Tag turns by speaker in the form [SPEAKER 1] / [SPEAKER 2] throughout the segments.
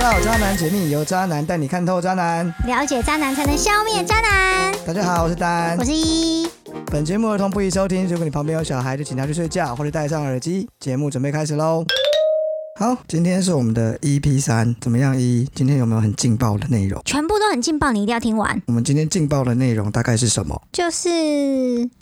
[SPEAKER 1] 到《渣男解密》，由渣男带你看透渣男。
[SPEAKER 2] 了解渣男才能消灭渣男。
[SPEAKER 1] 大家好，我是丹
[SPEAKER 2] 我。是一，
[SPEAKER 1] 本节目儿童不宜收听，如果你旁边有小孩，就请他去睡觉或者戴上耳机。节目准备开始喽。好，今天是我们的 EP 三，怎么样？一，今天有没有很劲爆的内容？
[SPEAKER 2] 全部都很劲爆，你一定要听完。
[SPEAKER 1] 我们今天劲爆的内容大概是什 么？
[SPEAKER 2] 就是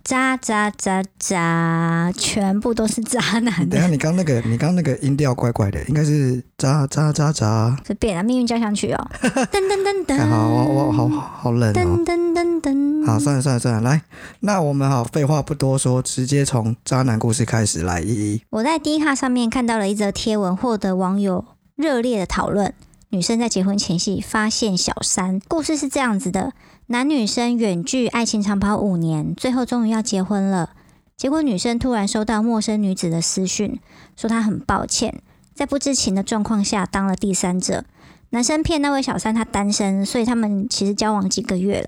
[SPEAKER 2] 渣渣渣渣，全部都是渣男
[SPEAKER 1] 等一
[SPEAKER 2] 的，
[SPEAKER 1] 下，你刚那个，你刚那个音调怪怪的，应该是渣渣渣渣。
[SPEAKER 2] 这变了命运交响曲哦。噔噔噔噔，
[SPEAKER 1] 还好，我我好好冷哦。
[SPEAKER 2] 噔噔噔噔，
[SPEAKER 1] 好，算了算了算了，来，那我们好，废话不多说，直接从渣男故事开始来一一。
[SPEAKER 2] 我在 D 卡上面看到了一则贴文，获得网友热烈的讨论。女生在结婚前夕发现小三，故事是这样子的：男女生远距爱情长跑五年，最后终于要结婚了。结果女生突然收到陌生女子的私讯，说她很抱歉，在不知情的状况下当了第三者。男生骗那位小三他单身，所以他们其实交往几个月了。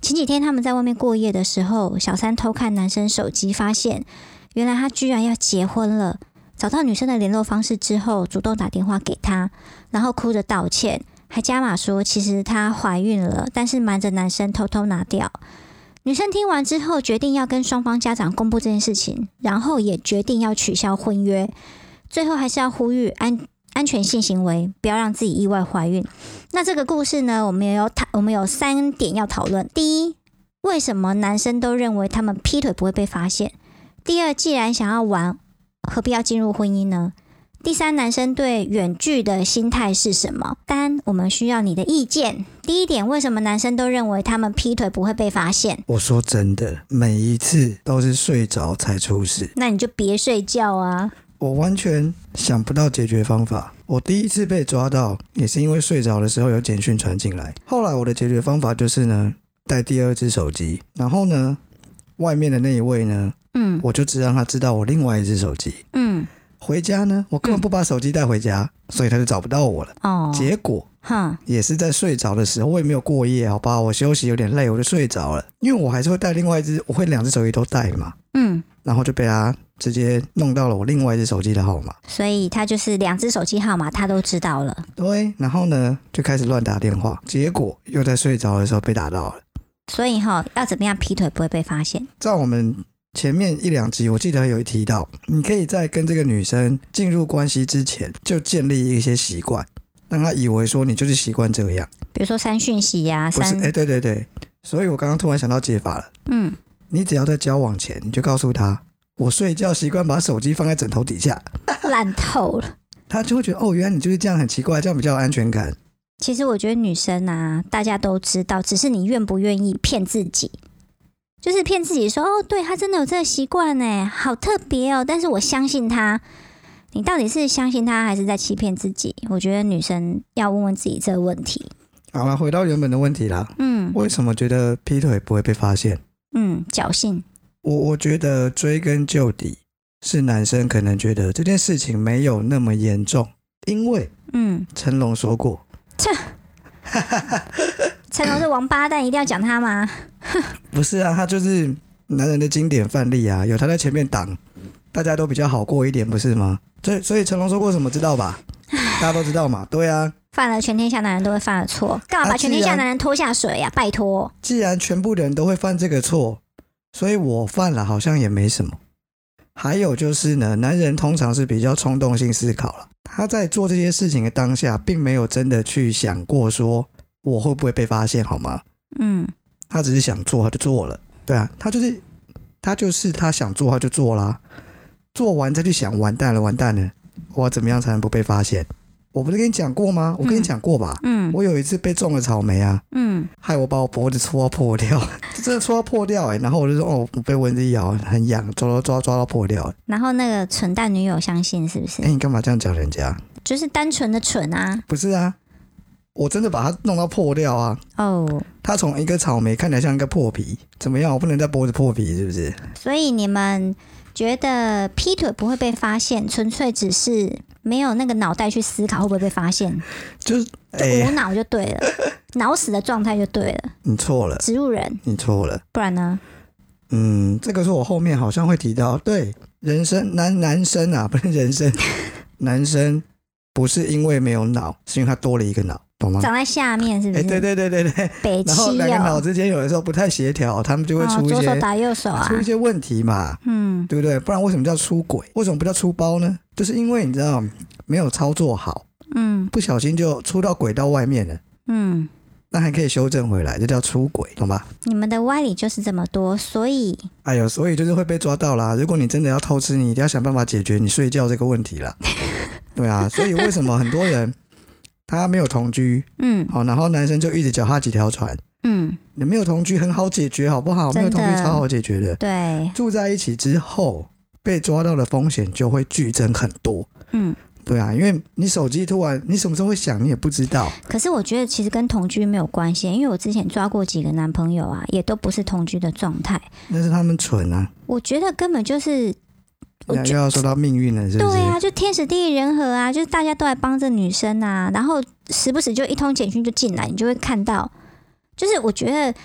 [SPEAKER 2] 前几天他们在外面过夜的时候，小三偷看男生手机，发现原来他居然要结婚了。找到女生的联络方式之后，主动打电话给她，然后哭着道歉，还加码说其实她怀孕了，但是瞒着男生偷偷拿掉。女生听完之后，决定要跟双方家长公布这件事情，然后也决定要取消婚约。最后还是要呼吁安安全性行为，不要让自己意外怀孕。那这个故事呢，我们也有讨，我们有三点要讨论。第一，为什么男生都认为他们劈腿不会被发现？第二，既然想要玩，何必要进入婚姻呢？第三，男生对远距的心态是什么？三，我们需要你的意见。第一点，为什么男生都认为他们劈腿不会被发现？
[SPEAKER 1] 我说真的，每一次都是睡着才出事，
[SPEAKER 2] 那你就别睡觉啊！
[SPEAKER 1] 我完全想不到解决方法。我第一次被抓到，也是因为睡着的时候有简讯传进来。后来我的解决方法就是呢，带第二只手机，然后呢，外面的那一位呢，
[SPEAKER 2] 嗯
[SPEAKER 1] 我就只让他知道我另外一只手机。
[SPEAKER 2] 嗯
[SPEAKER 1] 回家呢，我根本不把手机带回家，所以他就找不到我了。
[SPEAKER 2] 哦，
[SPEAKER 1] 结果
[SPEAKER 2] 哼
[SPEAKER 1] 也是在睡着的时候，我也没有过夜，好吧，我休息有点累，我就睡着了。因为我还是会带另外一只，我会两只手机都带嘛，
[SPEAKER 2] 嗯，
[SPEAKER 1] 然后就被他直接弄到了我另外一只手机的号码。
[SPEAKER 2] 所以他就是两只手机号码他都知道了，
[SPEAKER 1] 对，然后呢就开始乱打电话，结果又在睡着的时候被打到了。
[SPEAKER 2] 所以哈、要怎么样劈腿不会被发现？
[SPEAKER 1] 在我们前面一两集，我记得有提到，你可以在跟这个女生进入关系之前就建立一些习惯，让她以为说你就是习惯这样，
[SPEAKER 2] 比如说删讯息啊呀、
[SPEAKER 1] 不是？
[SPEAKER 2] 删
[SPEAKER 1] 哎，对对对，所以我刚刚突然想到解法了，
[SPEAKER 2] 嗯，
[SPEAKER 1] 你只要在交往前你就告诉她，我睡觉习惯把手机放在枕头底下，
[SPEAKER 2] 烂透了。
[SPEAKER 1] 她就会觉得哦，原来你就是这样，很奇怪，这样比较有安全感。
[SPEAKER 2] 其实我觉得女生啊，大家都知道，只是你愿不愿意骗自己，就是骗自己说哦，对他真的有这个习惯呢，好特别哦，但是我相信他。你到底是相信他，还是在欺骗自己？我觉得女生要问问自己这个问题。
[SPEAKER 1] 好了，回到原本的问题啦，
[SPEAKER 2] 嗯
[SPEAKER 1] 为什么觉得劈腿不会被发现？
[SPEAKER 2] 嗯，侥幸。
[SPEAKER 1] 我我觉得追根究底是男生可能觉得这件事情没有那么严重，因为
[SPEAKER 2] 嗯，
[SPEAKER 1] 成龙说过，
[SPEAKER 2] 成龙是王八蛋，一定要讲他吗？
[SPEAKER 1] 不是啊，他就是男人的经典范例啊，有他在前面挡，大家都比较好过一点，不是吗？所以所以成龙说过什么知道吧？大家都知道嘛，对啊。
[SPEAKER 2] 犯了全天下男人都会犯的错，干嘛把
[SPEAKER 1] 啊
[SPEAKER 2] 全天下
[SPEAKER 1] 既然
[SPEAKER 2] 男人拖下水呀、啊拜托，
[SPEAKER 1] 既然全部人都会犯这个错，所以我犯了好像也没什么。还有就是呢，男人通常是比较冲动性思考了，他在做这些事情的当下，并没有真的去想过说我会不会被发现，好吗？
[SPEAKER 2] 嗯，
[SPEAKER 1] 他只是想做，他就做了。对啊，他就是他就是他想做，他就做啦。做完再去想，完蛋了，完蛋了，我要怎么样才能不被发现？我不是跟你讲过吗？我跟你讲过吧，
[SPEAKER 2] 嗯
[SPEAKER 1] 我有一次被种了草莓啊，
[SPEAKER 2] 嗯，
[SPEAKER 1] 害我把我脖子戳到破掉， 真的戳到破掉哎、然后我就说哦，我被蚊子咬，很痒，抓抓抓抓到破掉、欸。
[SPEAKER 2] 然后那个蠢蛋女友相信是不是
[SPEAKER 1] 哎、？你干嘛这样讲人家？
[SPEAKER 2] 就是单纯的蠢啊！
[SPEAKER 1] 不是啊，我真的把它弄到破掉啊！
[SPEAKER 2] 哦，
[SPEAKER 1] 它从一个草莓看起来像一个破皮，怎么样？我不能再脖子破皮是不是？
[SPEAKER 2] 所以你们觉得劈腿不会被发现，纯粹只是没有那个脑袋去思考会不会被发现，
[SPEAKER 1] 就是
[SPEAKER 2] 就
[SPEAKER 1] 哎、
[SPEAKER 2] 无脑就 对了，脑死的状态就对了，
[SPEAKER 1] 你错了，
[SPEAKER 2] 植物人，
[SPEAKER 1] 你错了。
[SPEAKER 2] 不然呢？
[SPEAKER 1] 嗯，这个是我后面好 像会提到。对，人生男男生啊，不是人生，男生不是因为没有脑，是因为他多了一个脑，懂吗？
[SPEAKER 2] 长在下面是不
[SPEAKER 1] 哎、
[SPEAKER 2] 是？
[SPEAKER 1] 对对对对对，
[SPEAKER 2] 北
[SPEAKER 1] 然后
[SPEAKER 2] 七
[SPEAKER 1] 两个脑
[SPEAKER 2] 哦，
[SPEAKER 1] 之间有的时候不太协调，他们就会
[SPEAKER 2] 哦
[SPEAKER 1] 出一
[SPEAKER 2] 左
[SPEAKER 1] 些、
[SPEAKER 2] 手打右手啊
[SPEAKER 1] 出，一些问题嘛，
[SPEAKER 2] 嗯，
[SPEAKER 1] 对不对？不然为什么叫出轨？为什么不叫出包呢？就是因为你知道没有操作好，
[SPEAKER 2] 嗯
[SPEAKER 1] 不小心就出到轨道外面了，
[SPEAKER 2] 嗯，
[SPEAKER 1] 那还可以修正回来，这叫出轨，懂吧？
[SPEAKER 2] 你们的歪理就是这么多，所以
[SPEAKER 1] 哎呦，所以就是会被抓到啦。如果你真的要偷吃，你一定要想办法解决你睡觉这个问题啦。对啊，所以为什么很多人他没有同居，
[SPEAKER 2] 嗯
[SPEAKER 1] 好，然后男生就一直脚踏几条船？
[SPEAKER 2] 嗯，
[SPEAKER 1] 你没有同居很好解决，好不好？没有同居
[SPEAKER 2] 真的
[SPEAKER 1] 超好解决的。
[SPEAKER 2] 对，
[SPEAKER 1] 住在一起之后，被抓到的风险就会剧增很多。
[SPEAKER 2] 嗯。
[SPEAKER 1] 对啊，因为你手机突然，你什么时候会响，你也不知道。
[SPEAKER 2] 可是我觉得其实跟同居没有关系，因为我之前抓过几个男朋友啊，也都不是同居的状态。
[SPEAKER 1] 那是他们蠢啊，
[SPEAKER 2] 我觉得根本就是，我
[SPEAKER 1] 那
[SPEAKER 2] 觉
[SPEAKER 1] 又要说到命运了，是不是？
[SPEAKER 2] 对啊，就天时地利人和啊，就是大家都来帮着女生啊，然后时不时就一通简讯就进来，你就会看到，就是我觉得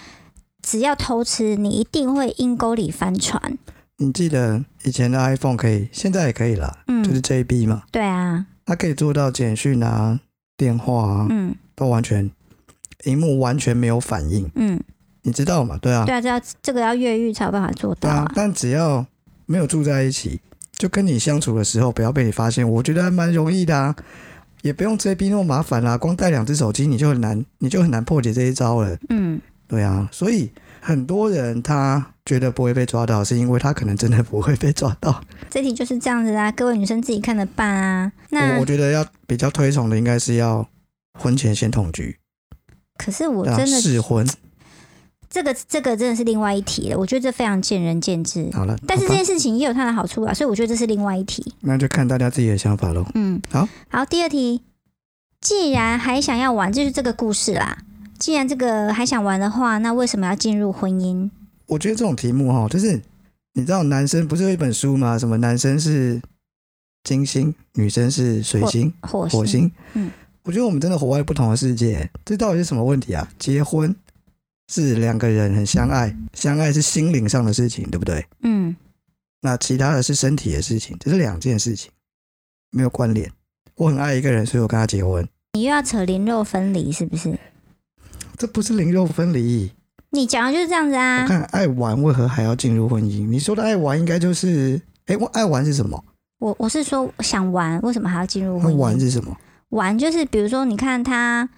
[SPEAKER 2] 只要偷吃，你一定会阴沟里翻船。
[SPEAKER 1] 你记得以前的 iPhone 可以，现在也可以啦，
[SPEAKER 2] 嗯，
[SPEAKER 1] 就是 JB 嘛，
[SPEAKER 2] 对啊，
[SPEAKER 1] 它可以做到简讯啊、电话啊，
[SPEAKER 2] 嗯
[SPEAKER 1] 都完全，荧幕完全没有反应，
[SPEAKER 2] 嗯，
[SPEAKER 1] 你知道嘛？对啊，
[SPEAKER 2] 对啊，这要这个要越狱才有办法做到
[SPEAKER 1] 对啊
[SPEAKER 2] 啊。。
[SPEAKER 1] 但只要没有住在一起，就跟你相处的时候不要被你发现，我觉得还蛮容易的啊，也不用 JB 那么麻烦啦、光带两只手机你就很难，你就很难破解这一招了。
[SPEAKER 2] 嗯，
[SPEAKER 1] 对啊，所以很多人他觉得不会被抓到，是因为他可能真的不会被抓到。
[SPEAKER 2] 这题就是这样子啦，各位女生自己看着办啊。
[SPEAKER 1] 我
[SPEAKER 2] 那
[SPEAKER 1] 我觉得要比较推崇的应该是要婚前先同居，
[SPEAKER 2] 可是我
[SPEAKER 1] 对啊，
[SPEAKER 2] 真的
[SPEAKER 1] 试婚。
[SPEAKER 2] 这个这个真的是另外一题了，我觉得这非常见仁见智。
[SPEAKER 1] 好了，
[SPEAKER 2] 但是
[SPEAKER 1] 好吧
[SPEAKER 2] 这件事情也有它的好处啊，所以我觉得这是另外一题。
[SPEAKER 1] 那就看大家自己的想法喽。
[SPEAKER 2] 嗯，
[SPEAKER 1] 好，
[SPEAKER 2] 好，第二题，既然还想要玩，就是这个故事啦。既然这个还想玩的话，那为什么要进入婚姻？
[SPEAKER 1] 我觉得这种题目哈，就是你知道男生不是有一本书吗？什么男生是金星，女生是水星、
[SPEAKER 2] 火星？
[SPEAKER 1] 火星。
[SPEAKER 2] 嗯，
[SPEAKER 1] 我觉得我们真的活在不同的世界，这到底是什么问题啊？结婚是两个人很相爱，相爱是心灵上的事情，对不对？
[SPEAKER 2] 嗯
[SPEAKER 1] 那其他的是身体的事情，这是两件事情，没有关联。我很爱一个人，所以我跟他结婚，
[SPEAKER 2] 你又要扯灵肉分离是不是？
[SPEAKER 1] 这不是灵肉分离。
[SPEAKER 2] 你讲的就是这样子啊
[SPEAKER 1] 我。看爱玩为何还要进入婚姻？你说的爱玩应该就是，哎、我爱玩是什么？
[SPEAKER 2] 我我是说想玩，为什么还要进入
[SPEAKER 1] 那
[SPEAKER 2] 婚姻？
[SPEAKER 1] 玩是什么？
[SPEAKER 2] 玩就是比如说，你看他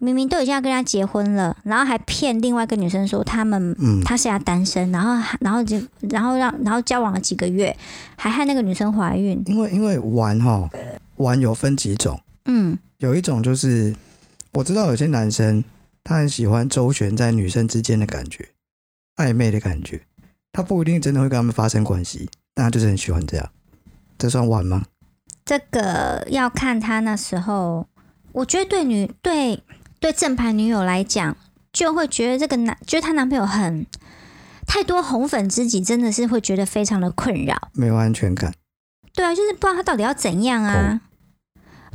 [SPEAKER 2] 明明都已经要跟他结婚了，然后还骗另外一个女生说他们
[SPEAKER 1] 嗯，
[SPEAKER 2] 他是他单身，然后然后就然后让然后交往了几个月，还害那个女生怀孕。
[SPEAKER 1] 因为因为玩哈，玩有分几种，
[SPEAKER 2] 嗯
[SPEAKER 1] 有一种就是我知道有些男生他很喜欢周旋在女生之间的感觉，暧昧的感觉，他不一定真的会跟他们发生关系，但他就是很喜欢这样，这算玩吗？，
[SPEAKER 2] 这个要看他那时候，我觉得对女对对正牌女友来讲，就会觉得这个男就是她男朋友很太多红粉知己，真的是会觉得非常的困扰。
[SPEAKER 1] 没有安全感。
[SPEAKER 2] 对啊，就是不知道他到底要怎样啊。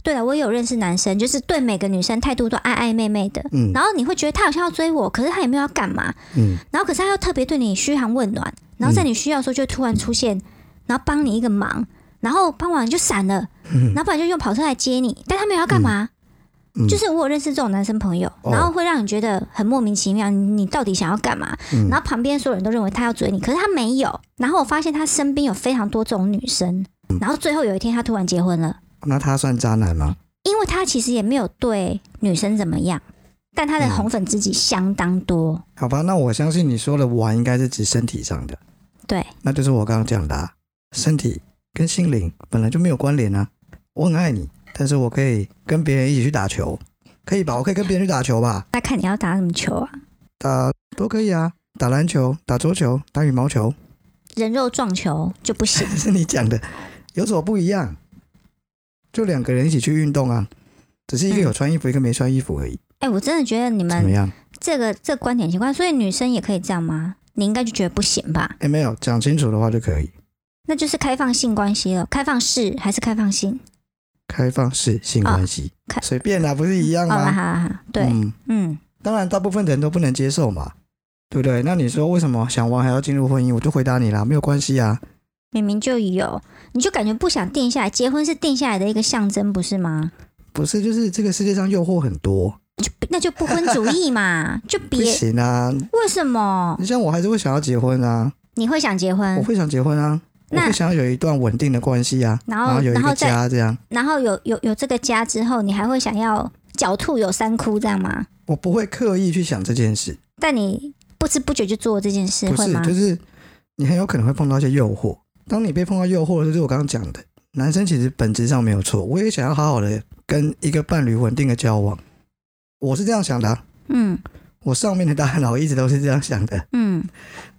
[SPEAKER 2] 对啊了，我也有认识男生，就是对每个女生态度都爱爱昧昧的，
[SPEAKER 1] 嗯
[SPEAKER 2] 然后你会觉得他好像要追我，可是他也没有要干嘛，
[SPEAKER 1] 嗯，
[SPEAKER 2] 然后可是他又特别对你嘘寒问暖，然后在你需要的时候就突然出现，然后帮你一个忙，然后帮完就闪了，然后不然就用跑车来接你，但他没有要干嘛，
[SPEAKER 1] 嗯
[SPEAKER 2] 就是我有认识这种男生朋友，
[SPEAKER 1] 哦
[SPEAKER 2] 然后会让你觉得很莫名其妙，你你到底想要干嘛？
[SPEAKER 1] 嗯
[SPEAKER 2] 然后旁边所有人都认为他要追你，可是他没有，然后我发现他身边有非常多这种女生，
[SPEAKER 1] 嗯
[SPEAKER 2] 然后最后有一天他突然结婚了，
[SPEAKER 1] 那他算渣男吗？
[SPEAKER 2] 因为他其实也没有对女生怎么样，但他的
[SPEAKER 1] 嗯
[SPEAKER 2] 红粉知己相当多，
[SPEAKER 1] 好吧，那我相信你说的玩应该是指身体上的，
[SPEAKER 2] 对，
[SPEAKER 1] 那就是我刚刚讲的、啊，身体跟心灵本来就没有关联啊。我很爱你，但是我可以跟别人一起去打球，可以吧？我可以跟别人去打球吧，
[SPEAKER 2] 那看你要打什么球啊？
[SPEAKER 1] 打都可以啊，打篮球、打桌球、打羽毛球，
[SPEAKER 2] 人肉撞球就不 行。
[SPEAKER 1] 是你讲的，有什么不一样？就两个人一起去运动啊，只是一个有穿衣服，一个没穿衣服而已，
[SPEAKER 2] 哎、我真的觉得你
[SPEAKER 1] 怎么
[SPEAKER 2] 们
[SPEAKER 1] 样？
[SPEAKER 2] 这个这个观点很奇怪，所以女生也可以这样吗？你应该就觉得不行吧？
[SPEAKER 1] 哎，没有讲清楚的话就可以，
[SPEAKER 2] 那就是开放性关系了，开放式还是开放性？
[SPEAKER 1] 开放式性关系
[SPEAKER 2] 哦开，
[SPEAKER 1] 随便啦、不是一样
[SPEAKER 2] 好啦
[SPEAKER 1] 吗？
[SPEAKER 2] 哦好啦，好啦对，
[SPEAKER 1] 嗯
[SPEAKER 2] 嗯，
[SPEAKER 1] 当然，大部分人都不能接受嘛，对不对？那你说为什么想玩还要进入婚姻？我就回答你啦，没有关系啊，
[SPEAKER 2] 明明就有，你就感觉不想定下来。结婚是定下来的一个象征，不是吗？
[SPEAKER 1] 不是，就是这个世界上诱惑很多，
[SPEAKER 2] 那就不婚主 义嘛，就
[SPEAKER 1] 不
[SPEAKER 2] 别
[SPEAKER 1] 行啊。
[SPEAKER 2] 为什么
[SPEAKER 1] 你像我还是会想要结婚啊，
[SPEAKER 2] 你会想结
[SPEAKER 1] 我
[SPEAKER 2] 婚，
[SPEAKER 1] 会想结婚啊，我
[SPEAKER 2] 嗯那
[SPEAKER 1] 会想要有一段稳定的关系啊，
[SPEAKER 2] 然
[SPEAKER 1] 然
[SPEAKER 2] 后
[SPEAKER 1] 有一
[SPEAKER 2] 然后
[SPEAKER 1] 个
[SPEAKER 2] 再
[SPEAKER 1] 家这样。
[SPEAKER 2] 然后有有有这个家之后，你还会想要狡兔有三窟这样吗？
[SPEAKER 1] 我不会刻意去想这件事，
[SPEAKER 2] 但你不知不觉就做这件事，
[SPEAKER 1] 不
[SPEAKER 2] 会
[SPEAKER 1] 是
[SPEAKER 2] 吗？，
[SPEAKER 1] 就是你很有可能会碰到一些诱惑。当你被碰到诱惑的时候，就是我刚刚讲的，男生其实本质上没有错，我也想要好好的跟一个伴侣稳定的交往，我是这样想的啊、
[SPEAKER 2] 嗯
[SPEAKER 1] 我上面的大脑一直都是这样想的，
[SPEAKER 2] 嗯，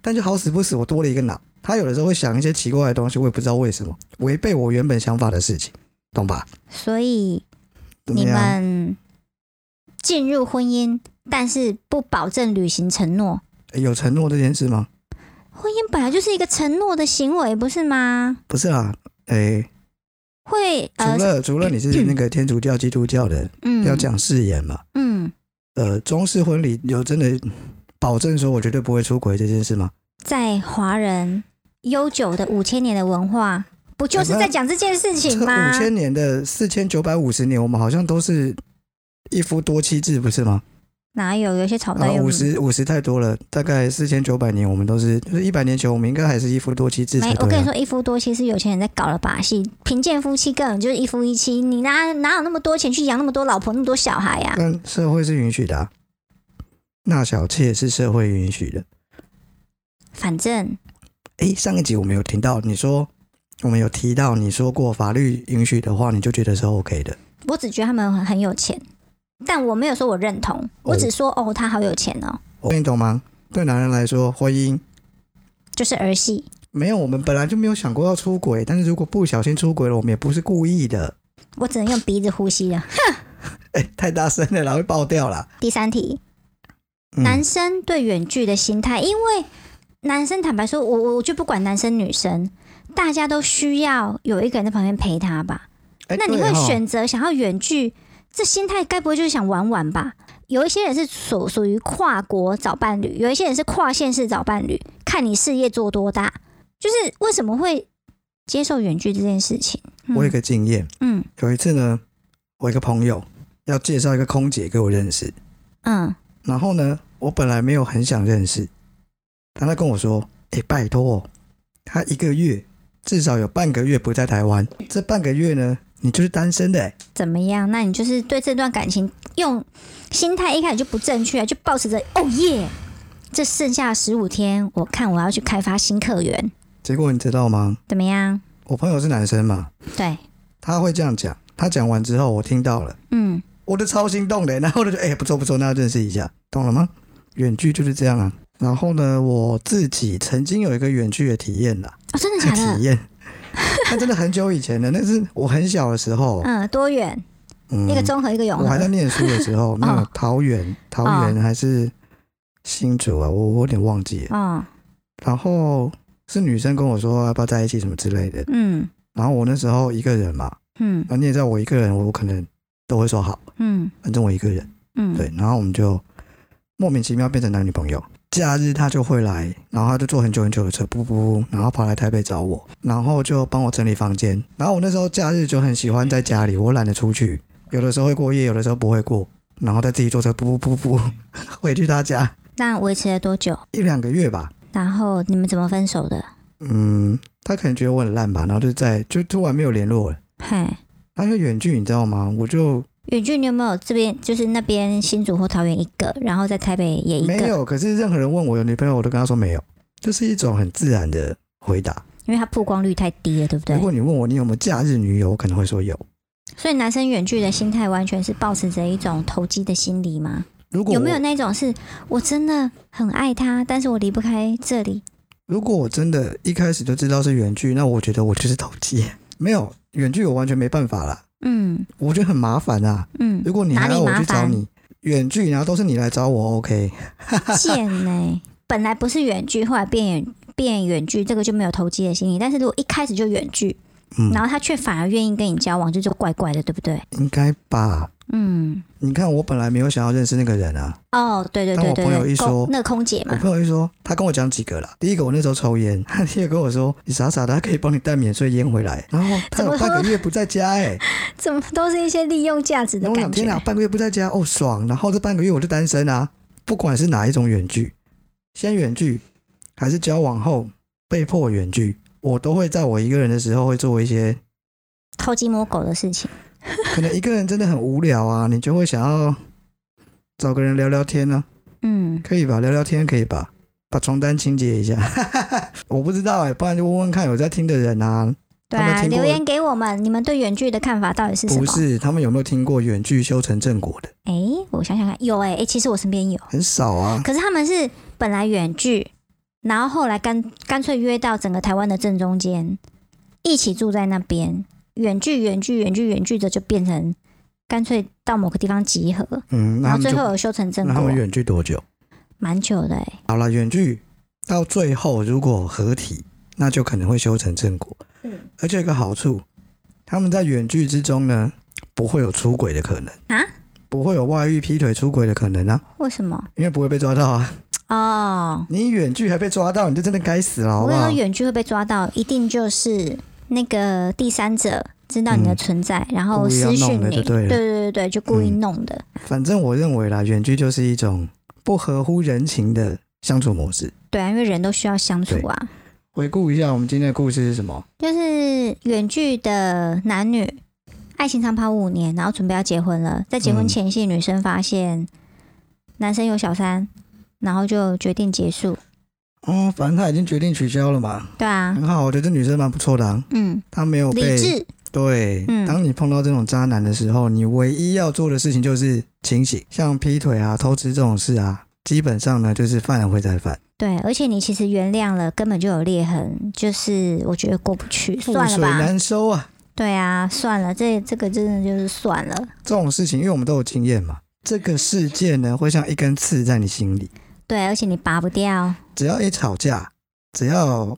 [SPEAKER 1] 但就好死不死，我多了一个脑。他有的时候会想一些奇怪的东西，我也不知道为什么，违背我原本想法的事情，懂吧？
[SPEAKER 2] 所以
[SPEAKER 1] 怎么
[SPEAKER 2] 你
[SPEAKER 1] 样？
[SPEAKER 2] 们进入婚姻，但是不保证履行承诺。
[SPEAKER 1] 有承诺这件事吗？
[SPEAKER 2] 婚姻本来就是一个承诺的行为，不是吗？
[SPEAKER 1] 不是啦，诶、
[SPEAKER 2] 会呃
[SPEAKER 1] 除了、除了你是那个天主教、基督教的，
[SPEAKER 2] 嗯
[SPEAKER 1] 要讲誓言嘛。
[SPEAKER 2] 嗯，
[SPEAKER 1] 呃，中式婚礼有真的保证说我绝对不会出轨这件事吗？
[SPEAKER 2] 在华人悠久的五千年的文化，不就是在讲这件事
[SPEAKER 1] 这
[SPEAKER 2] 情吗
[SPEAKER 1] 五？千年的四千九百五十年，我们好像都是一夫多妻制，不是吗？
[SPEAKER 2] 哪有有些朝代
[SPEAKER 1] 啊，
[SPEAKER 2] 又
[SPEAKER 1] 五十五十太多了，大概四千九百年，我们都是就是一百年前，我们应该还是一夫多妻制
[SPEAKER 2] 没
[SPEAKER 1] 才？
[SPEAKER 2] 我
[SPEAKER 1] 对、
[SPEAKER 2] 跟你
[SPEAKER 1] 啊。
[SPEAKER 2] 说，一夫多妻是有钱人在搞的把戏，贫贱夫妻根本就是一夫一妻，你哪哪有那么多钱去养那么多老婆那么多小孩呀、
[SPEAKER 1] 但社会是允许的、啊，纳小妾是社会允许的。
[SPEAKER 2] 反正
[SPEAKER 1] 诶，上一集我们有听到你说，我们有提到你说过，法律允许的话，你就觉得是 OK 的。
[SPEAKER 2] 我只觉得他们很很有钱，但我没有说我认同，我只说哦，他好有钱哦，
[SPEAKER 1] 我你懂吗？对男人来说，婚姻
[SPEAKER 2] 就是儿戏。
[SPEAKER 1] 没有，我们本来就没有想过要出轨，但是如果不小心出轨了，我们也不是故意的。
[SPEAKER 2] 我只能用鼻子呼吸了。
[SPEAKER 1] 诶，太大声了啦，然后会爆掉啦。
[SPEAKER 2] 第三题，
[SPEAKER 1] 嗯
[SPEAKER 2] 男生对远距的心态，因为男生坦白说，我我我就不管男生女生，大家都需要有一个人在旁边陪他吧。
[SPEAKER 1] 诶
[SPEAKER 2] 那你
[SPEAKER 1] 哎对
[SPEAKER 2] 会
[SPEAKER 1] 吼
[SPEAKER 2] 选择想要远距，这心态该不会就是想玩玩吧？有一些人是属属于跨国找伴侣，有一些人是跨县市找伴侣，看你事业做多大。就是为什么会接受远距这件事情？嗯
[SPEAKER 1] 我有一个经验，
[SPEAKER 2] 嗯
[SPEAKER 1] 有一次呢，我一个朋友要介绍一个空姐给我认识，
[SPEAKER 2] 嗯
[SPEAKER 1] 然后呢，我本来没有很想认识，但他跟我说：“哎、拜托、哦，他一个月至少有半个月不在台湾，这半个月呢，你就是单身的、诶
[SPEAKER 2] 怎么样？那你就是对这段感情用心态一开始就不正确啊，就保持着哦耶，这剩下十五天，我看我要去开发新客源，
[SPEAKER 1] 结果你知道吗？
[SPEAKER 2] 怎么样？
[SPEAKER 1] 我朋友是男生嘛，
[SPEAKER 2] 对，
[SPEAKER 1] 他会这样讲。他讲完之后，我听到了，
[SPEAKER 2] 嗯，
[SPEAKER 1] 我都超心动的、然后我就觉得：“哎、不错不错，那要认识一下，懂了吗？远距就是这样啊。然后呢，我自己曾经有一个远距的体验啦，
[SPEAKER 2] 哦， 真的假
[SPEAKER 1] 体
[SPEAKER 2] 的？
[SPEAKER 1] 验。那真的很久以前的，那是我很小的时候，
[SPEAKER 2] 嗯，多远？
[SPEAKER 1] 嗯，
[SPEAKER 2] 一个综合，一个永
[SPEAKER 1] 我还在
[SPEAKER 2] 和。
[SPEAKER 1] 念书的哦时 候，那个桃园，桃园还是新竹啊，我我有点忘记了。
[SPEAKER 2] 哦，
[SPEAKER 1] 然后是女生跟我说要不要在一起什么之类的，
[SPEAKER 2] 嗯
[SPEAKER 1] 然后我那时候一个人嘛，
[SPEAKER 2] 嗯
[SPEAKER 1] 那你也知道我一个人，我可能都会说好，
[SPEAKER 2] 嗯
[SPEAKER 1] 反正我一个人，
[SPEAKER 2] 嗯，
[SPEAKER 1] 对，然后我们就莫名其妙变成男女朋友。假日他就会来，然后他就坐很久很久的车，不不不，然后跑来台北找我，然后就帮我整理房间。然后我那时候假日就很喜欢在家里，我懒得出去，有的时候会过夜，有的时候不会过，然后再自己坐车，不不不不， 回去他家
[SPEAKER 2] 那维持了多久？
[SPEAKER 1] 一两个月吧。
[SPEAKER 2] 然后你们怎么分手的？
[SPEAKER 1] 嗯，他可能觉得我很烂吧，然后就在就突然没有联络了。
[SPEAKER 2] 嘿，
[SPEAKER 1] 他就远距，你知道吗？我就
[SPEAKER 2] 远距你有没有这边就是那边新竹或桃园一个，然后在台北也一
[SPEAKER 1] 没
[SPEAKER 2] 个，
[SPEAKER 1] 有。可是任何人问我有女朋友，我都跟他说没有，这是一种很自然的回答。
[SPEAKER 2] 因为它曝光率太低了，对不对
[SPEAKER 1] 如？果你问我你有没有假日女友，我可能会说有。
[SPEAKER 2] 所以男生远距的心态完全是保持着一种投机的心理吗？
[SPEAKER 1] 如果我
[SPEAKER 2] 有没有那种是我真的很爱他，但是我离不开这里？
[SPEAKER 1] 如果我真的一开始就知道是远距，那我觉得我就是投机。 没有远距，我完全没办法啦，
[SPEAKER 2] 嗯
[SPEAKER 1] 我觉得很麻烦啊。
[SPEAKER 2] 嗯，
[SPEAKER 1] 如果你
[SPEAKER 2] 哪
[SPEAKER 1] 还
[SPEAKER 2] 里
[SPEAKER 1] 要我
[SPEAKER 2] 麻
[SPEAKER 1] 去找
[SPEAKER 2] 烦
[SPEAKER 1] 你远距，然后都是你来找我，OK？
[SPEAKER 2] 贱呢、本来不是远距，后来变远变远距，这个就没有投机的心理。但是如果一开始就远距，
[SPEAKER 1] 嗯，
[SPEAKER 2] 然后他却反而愿意跟你交往，这就怪怪的，对不对？
[SPEAKER 1] 应该吧。
[SPEAKER 2] 嗯，
[SPEAKER 1] 你看，我本来没有想要认识那个人啊。
[SPEAKER 2] 哦，对对
[SPEAKER 1] 当
[SPEAKER 2] 对
[SPEAKER 1] 我
[SPEAKER 2] 对
[SPEAKER 1] 朋友一
[SPEAKER 2] 对，
[SPEAKER 1] 说
[SPEAKER 2] 空那个空姐
[SPEAKER 1] 我
[SPEAKER 2] 嘛，
[SPEAKER 1] 朋友就说，他跟我讲几个啦。第一个，我那时候抽烟；他第二个跟我说，你傻傻的，他可以帮你带免税烟回来。然后他有
[SPEAKER 2] 怎么
[SPEAKER 1] 半个月不在家、欸，哎，
[SPEAKER 2] 怎么都是一些利用价值
[SPEAKER 1] 然
[SPEAKER 2] 的
[SPEAKER 1] 后我
[SPEAKER 2] 感
[SPEAKER 1] 想，天哪，
[SPEAKER 2] 觉。
[SPEAKER 1] 半个月不在家，哦，爽。然后这半个月我就单身啊，不管是哪一种远距，先远距还是交往后被迫远距，我都会在我一个人的时候会做一 些
[SPEAKER 2] 偷鸡摸狗的事情，
[SPEAKER 1] 可能一个人真的很无聊啊，你就会想要找个人聊聊天呢、
[SPEAKER 2] 嗯，
[SPEAKER 1] 可以吧？聊聊天可以吧？把床单清洁一下， 我不知道哎、不然就问问看有在听的人啊，
[SPEAKER 2] 对
[SPEAKER 1] 他
[SPEAKER 2] 啊，
[SPEAKER 1] 们听过
[SPEAKER 2] 留言给我们，你们对远距的看法到底是什
[SPEAKER 1] 不
[SPEAKER 2] 么？
[SPEAKER 1] 是他们有没有听过远距修成正果的？
[SPEAKER 2] 哎、我想想看，有哎、哎、其实我身边有，
[SPEAKER 1] 很少啊，
[SPEAKER 2] 可是他们是本来远距，然后后来干干脆约到整个台湾的正中间，一起住在那边，远距远距远距远距的就变成干脆到某个地方集合，
[SPEAKER 1] 嗯，那
[SPEAKER 2] 然
[SPEAKER 1] 他
[SPEAKER 2] 后
[SPEAKER 1] 们
[SPEAKER 2] 最
[SPEAKER 1] 就
[SPEAKER 2] 后有修成正
[SPEAKER 1] 那他
[SPEAKER 2] 果
[SPEAKER 1] 们，远距多久？
[SPEAKER 2] 蛮久的哎、
[SPEAKER 1] 好了，远距到最后如果合体，那就可能会修成正果。
[SPEAKER 2] 嗯
[SPEAKER 1] 而且有一个好处，他们在远距之中呢，不会有出轨的可能
[SPEAKER 2] 啊，
[SPEAKER 1] 不会有外遇、劈腿、出轨的可能啊，
[SPEAKER 2] 为什么？
[SPEAKER 1] 因为不会被抓到啊。
[SPEAKER 2] 哦，
[SPEAKER 1] 你远距还被抓到，你就真的该死了，好不
[SPEAKER 2] 我跟你
[SPEAKER 1] 好
[SPEAKER 2] 说，？远距会被抓到，一定就是那个第三者知道你的
[SPEAKER 1] 嗯
[SPEAKER 2] 存在，然后
[SPEAKER 1] 故意要
[SPEAKER 2] 私讯
[SPEAKER 1] 弄的
[SPEAKER 2] 你，
[SPEAKER 1] 就对了
[SPEAKER 2] 对对对，就故意
[SPEAKER 1] 嗯
[SPEAKER 2] 弄的，
[SPEAKER 1] 反正我认为啦，远距就是一种不合乎人情的相处模式。
[SPEAKER 2] 对啊，因为人都需要相处
[SPEAKER 1] 对
[SPEAKER 2] 啊。
[SPEAKER 1] 回顾一下我们今天的故事是什么？
[SPEAKER 2] 就是远距的男女爱情长跑五年，然后准备要结婚了。在结婚前夕，女生发现男生有小三，然后就决定结束。
[SPEAKER 1] 哦，反正他已经决定取消了嘛，
[SPEAKER 2] 对啊，
[SPEAKER 1] 很好，我觉得这女生蛮不错的、啊，
[SPEAKER 2] 嗯，
[SPEAKER 1] 她没有
[SPEAKER 2] 理
[SPEAKER 1] 被
[SPEAKER 2] 智，
[SPEAKER 1] 对，
[SPEAKER 2] 嗯
[SPEAKER 1] 当你碰到这种渣男的时候，你唯一要做的事情就是清醒，像劈腿啊、偷吃这种事啊，基本上呢就是犯了会再犯，
[SPEAKER 2] 对，而且你其实原谅了，根本就有裂痕，就是我觉得过不去，
[SPEAKER 1] 覆
[SPEAKER 2] 算了
[SPEAKER 1] 水
[SPEAKER 2] 吧。
[SPEAKER 1] 难收啊。
[SPEAKER 2] 对啊，算了，这这个真的就是算了。
[SPEAKER 1] 这种事情，因为我们都有经验嘛，这个事件呢会像一根刺在你心里，
[SPEAKER 2] 对，而且你拔不掉，
[SPEAKER 1] 只要一吵架，只要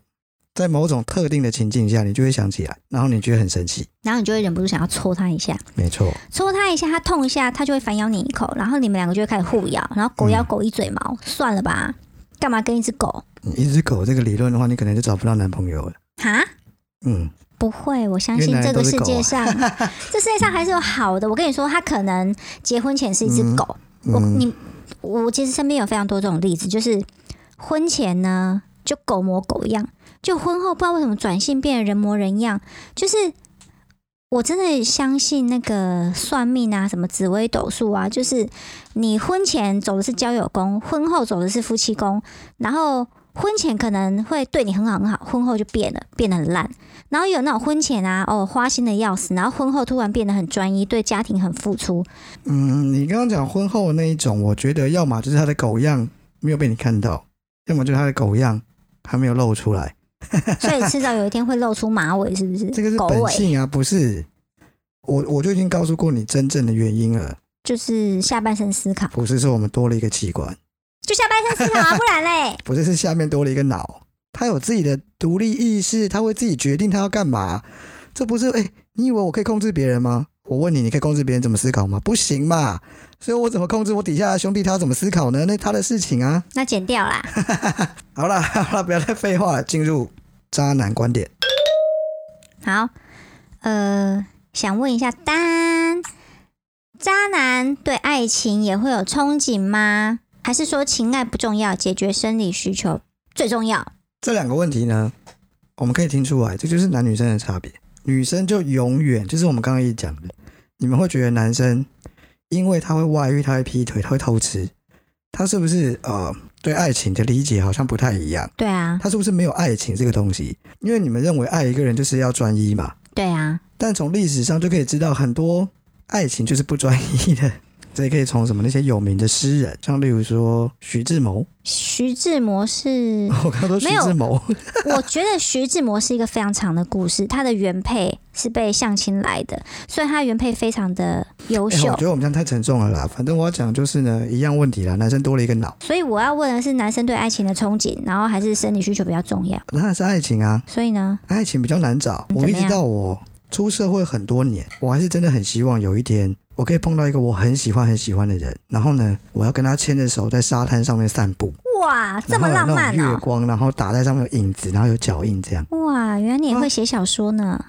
[SPEAKER 1] 在某种特定的情境下，你就会想起来，然后你就会很生气。
[SPEAKER 2] 然后你就会忍不住想要戳他一下，
[SPEAKER 1] 没错，
[SPEAKER 2] 戳他一下，他痛一下，他就会反咬你一口，然后你们两个就会开始互咬，然后狗咬狗一嘴毛，算了吧，干嘛跟一只狗？
[SPEAKER 1] 你一只狗这个理论的话，你可能就找不到男朋友了。
[SPEAKER 2] 哈，
[SPEAKER 1] 嗯，
[SPEAKER 2] 不会，我相
[SPEAKER 1] 因
[SPEAKER 2] 信
[SPEAKER 1] 为男
[SPEAKER 2] 这
[SPEAKER 1] 人
[SPEAKER 2] 个
[SPEAKER 1] 都是
[SPEAKER 2] 世
[SPEAKER 1] 狗啊
[SPEAKER 2] 界上，这世界上还是有好的。我跟你说，他可能结婚前是一只
[SPEAKER 1] 嗯
[SPEAKER 2] 狗，我
[SPEAKER 1] 嗯
[SPEAKER 2] 你我其实身边有非常多这种例子，就是婚前呢就狗模狗样，就婚后不知道为什么转性变得人模人样，就是。我真的相信那个算命啊，什么紫微斗数啊，就是你婚前走的是交友宫，婚后走的是夫妻宫，然后婚前可能会对你很好很好，婚后就变了，变得很烂。然后有那种婚前啊，哦花心的要死，然后婚后突然变得很专一，对家庭很付出，
[SPEAKER 1] 嗯，你刚刚讲婚后的那一种，我觉得要么就是他的狗样没有被你看到，要么就是他的狗样还没有露出来。
[SPEAKER 2] 所以迟早有一天会露出马尾，是不是？
[SPEAKER 1] 这个是
[SPEAKER 2] 狗
[SPEAKER 1] 本
[SPEAKER 2] 尾，
[SPEAKER 1] 性啊，不是。我我就已经告诉过你真正的原因了，
[SPEAKER 2] 就是下半身思考，
[SPEAKER 1] 不是说我们多了一个器官，
[SPEAKER 2] 就下半身思考啊，不然嘞，
[SPEAKER 1] 不是是下面多了一个脑，他有自己的独立意识，他会自己决定他要干嘛。这不是哎、你以为我可以控制别人吗？我问你，你可以控制别人怎么思考吗？不行嘛！所以我怎么控制我底下的兄弟他要怎么思考呢？那他的事情啊。
[SPEAKER 2] 那剪掉啦。
[SPEAKER 1] 好啦 好啦，不要再废话了，进入渣男观点。
[SPEAKER 2] 好，呃，想问一下丹，渣男对爱情也会有憧憬吗？还是说情爱不重要，解决生理需求最重要？
[SPEAKER 1] 这两个问题呢，我们可以听出来，这就是男女生的差别。女生就永远就是我们刚刚一直讲的，你们会觉得男生因为他会外遇，他会劈腿，他会偷吃，他是不是呃对爱情的理解好像不太一样？
[SPEAKER 2] 对啊，
[SPEAKER 1] 他是不是没有爱情这个东西？因为你们认为爱一个人就是要专一嘛，
[SPEAKER 2] 对啊，
[SPEAKER 1] 但从历史上就可以知道，很多爱情就是不专一的。这也可以从什么那些有名的诗人，像例如说徐志摩，
[SPEAKER 2] 徐志摩是
[SPEAKER 1] 我刚刚说徐志摩，
[SPEAKER 2] 我觉得徐志摩是一个非常长的故事，他的原配是被相亲来的，所以他原配非常的优
[SPEAKER 1] 哎
[SPEAKER 2] 秀。
[SPEAKER 1] 我觉得我们这样太沉重了啦。反正我要讲就是呢，一样问题啦，男生多了一个脑，
[SPEAKER 2] 所以我要问的是，男生对爱情的憧憬，然后还是生理需求比较重要？
[SPEAKER 1] 那是爱情啊，
[SPEAKER 2] 所以呢，
[SPEAKER 1] 爱情比较难找。
[SPEAKER 2] 嗯
[SPEAKER 1] 我一
[SPEAKER 2] 怎么
[SPEAKER 1] 直
[SPEAKER 2] 样
[SPEAKER 1] 到我出社会很多年，我还是真的很希望有一天我可以碰到一个我很喜欢很喜欢的人，然后呢，我要跟他牵着手在沙滩上面散步，
[SPEAKER 2] 哇，这么
[SPEAKER 1] 然
[SPEAKER 2] 浪
[SPEAKER 1] 后有
[SPEAKER 2] 漫
[SPEAKER 1] 那种月
[SPEAKER 2] 哦！
[SPEAKER 1] 光，然后打在上面有影子，然后有脚印这样。
[SPEAKER 2] 哇，原来你也
[SPEAKER 1] 啊
[SPEAKER 2] 会写小说呢。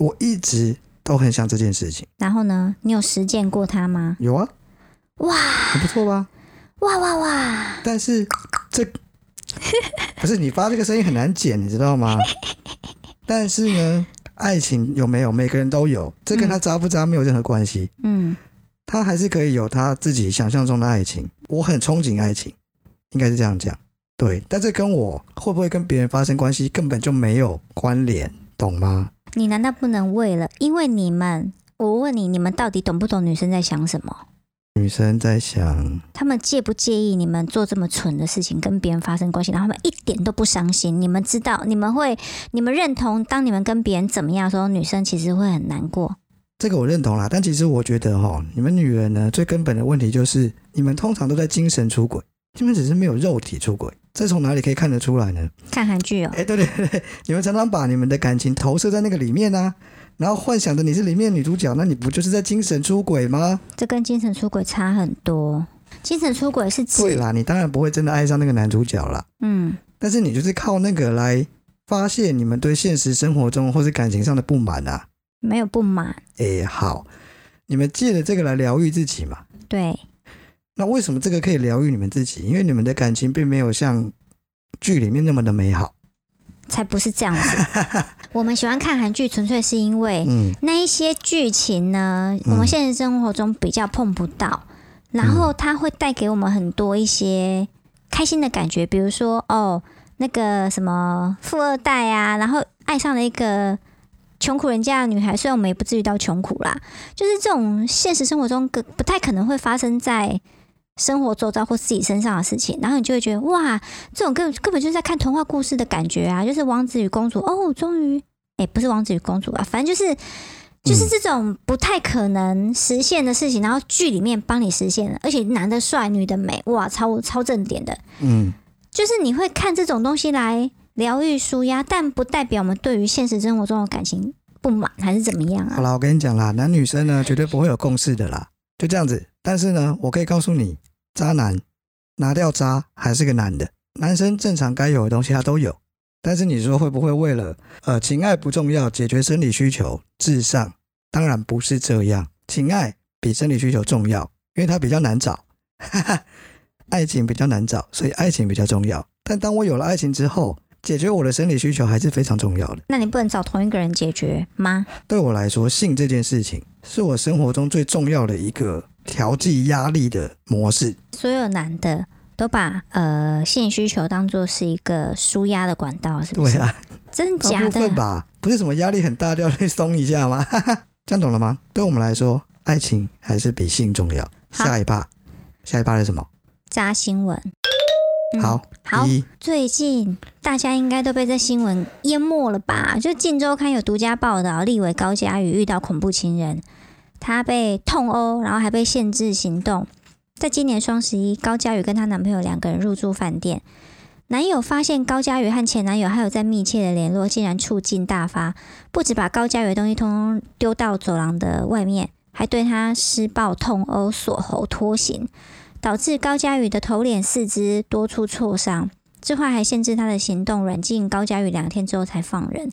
[SPEAKER 1] 我一直都很想这件事情。
[SPEAKER 2] 然后呢，你有实践过它吗？
[SPEAKER 1] 有啊，
[SPEAKER 2] 哇
[SPEAKER 1] 很不错吧？
[SPEAKER 2] 哇哇哇！
[SPEAKER 1] 但是这不是你发这个声音很难剪，你知道吗？但是呢，爱情有没有每个人都有，这跟他渣不渣没有任何关系，
[SPEAKER 2] 嗯，
[SPEAKER 1] 他还是可以有他自己想象中的爱情。我很憧憬爱情，应该是这样讲。对，但这跟我会不会跟别人发生关系根本就没有关联，懂吗？
[SPEAKER 2] 你难道不能为了？因为你们，我问你，你们到底懂不懂女生在想什么？
[SPEAKER 1] 女生在想，
[SPEAKER 2] 他们介不介意你们做这么蠢的事情，跟别人发生关系，然后他们一点都不伤心？你们知道，你们会，你们认同，当你们跟别人怎么样的时候，女生其实会很难过。
[SPEAKER 1] 这个我认同啦，但其实我觉得哈，你们女人呢最根本的问题就是，你们通常都在精神出轨，你们只是没有肉体出轨，这从哪里可以看得出来呢？
[SPEAKER 2] 看韩剧哦，
[SPEAKER 1] 哎，对对对，你们常常把你们的感情投射在那个里面啊，然后幻想着你是里面女主角，那你不就是在精神出轨吗？
[SPEAKER 2] 这跟精神出轨差很多。精神出轨是
[SPEAKER 1] 对
[SPEAKER 2] 指，
[SPEAKER 1] 啦，你当然不会真的爱上那个男主角啦，
[SPEAKER 2] 嗯，
[SPEAKER 1] 但是你就是靠那个来发泄你们对现实生活中或是感情上的不满啊。
[SPEAKER 2] 没有不满，
[SPEAKER 1] 哎，好，你们借着这个来疗愈自己嘛。
[SPEAKER 2] 对，
[SPEAKER 1] 那为什么这个可以疗愈你们自己？因为你们的感情并没有像剧里面那么的美好。
[SPEAKER 2] 才不是这样子。 我们喜欢看韩剧，纯粹是因为
[SPEAKER 1] 嗯，
[SPEAKER 2] 那一些剧情呢，我
[SPEAKER 1] 嗯
[SPEAKER 2] 们现实生活中比较碰不到，然后它会带给我们很多一些开心的感觉，比如说哦，那个什么富二代啊，然后爱上了一个。穷苦人家的女孩，虽然我们也不至于到穷苦啦，就是这种现实生活中可不太可能会发生在生活周遭或自己身上的事情，然后你就会觉得哇，这种根本根本就是在看童话故事的感觉啊，就是王子与公主哦，终于哎、不是王子与公主啊，反正就是
[SPEAKER 1] 嗯
[SPEAKER 2] 就是这种不太可能实现的事情，然后剧里面帮你实现了，而且男的帅，女的美，哇，超超正点的，
[SPEAKER 1] 嗯，
[SPEAKER 2] 就是你会看这种东西来疗愈舒压，但不代表我们对于现实生活中的感情不满还是怎么样
[SPEAKER 1] 好
[SPEAKER 2] 啊？
[SPEAKER 1] 啦，我跟你讲啦，男女生呢绝对不会有共识的啦，就这样子。但是呢，我可以告诉你，渣男拿掉渣还是个男的，男生正常该有的东西他都有。但是你说会不会为了呃情爱不重要，解决生理需求至上？当然不是这样，情爱比生理需求重要，因为它比较难找。哈哈，爱情比较难找，所以爱情比较重要。但当我有了爱情之后，解决我的生理需求还是非常重要的。
[SPEAKER 2] 那你不能找同一个人解决吗？
[SPEAKER 1] 对我来说，性这件事情是我生活中最重要的一个调剂压力的模式。
[SPEAKER 2] 所有男的都把呃性需求当做是一个舒压的管道，是不
[SPEAKER 1] 对
[SPEAKER 2] 是？
[SPEAKER 1] 啊，
[SPEAKER 2] 真的
[SPEAKER 1] 大
[SPEAKER 2] 假
[SPEAKER 1] 部分
[SPEAKER 2] 的？
[SPEAKER 1] 吧，不是什么压力很大就要去松一下吗？这样懂了吗？对我们来说，爱情还是比性重要。
[SPEAKER 2] 好
[SPEAKER 1] 下一趴，下一趴是什么？
[SPEAKER 2] 扎新闻。嗯
[SPEAKER 1] 好，
[SPEAKER 2] 好，
[SPEAKER 1] 一
[SPEAKER 2] 最近大家应该都被这新闻淹没了吧？就《近周刊》有独家报道，立委高嘉瑜遇到恐怖情人，她被痛殴，然后还被限制行动。在今年双十一，高嘉瑜跟她男朋友两个人入住饭店，男友发现高嘉瑜和前男友还有在密切的联络，竟然醋劲大发，不止把高嘉瑜的东西通通丢到走廊的外面，还对她施暴、痛殴、锁喉、拖行，导致高嘉瑜的头、脸、四肢多处挫伤。之后还限制他的行动，软禁高佳宇两天之后才放人。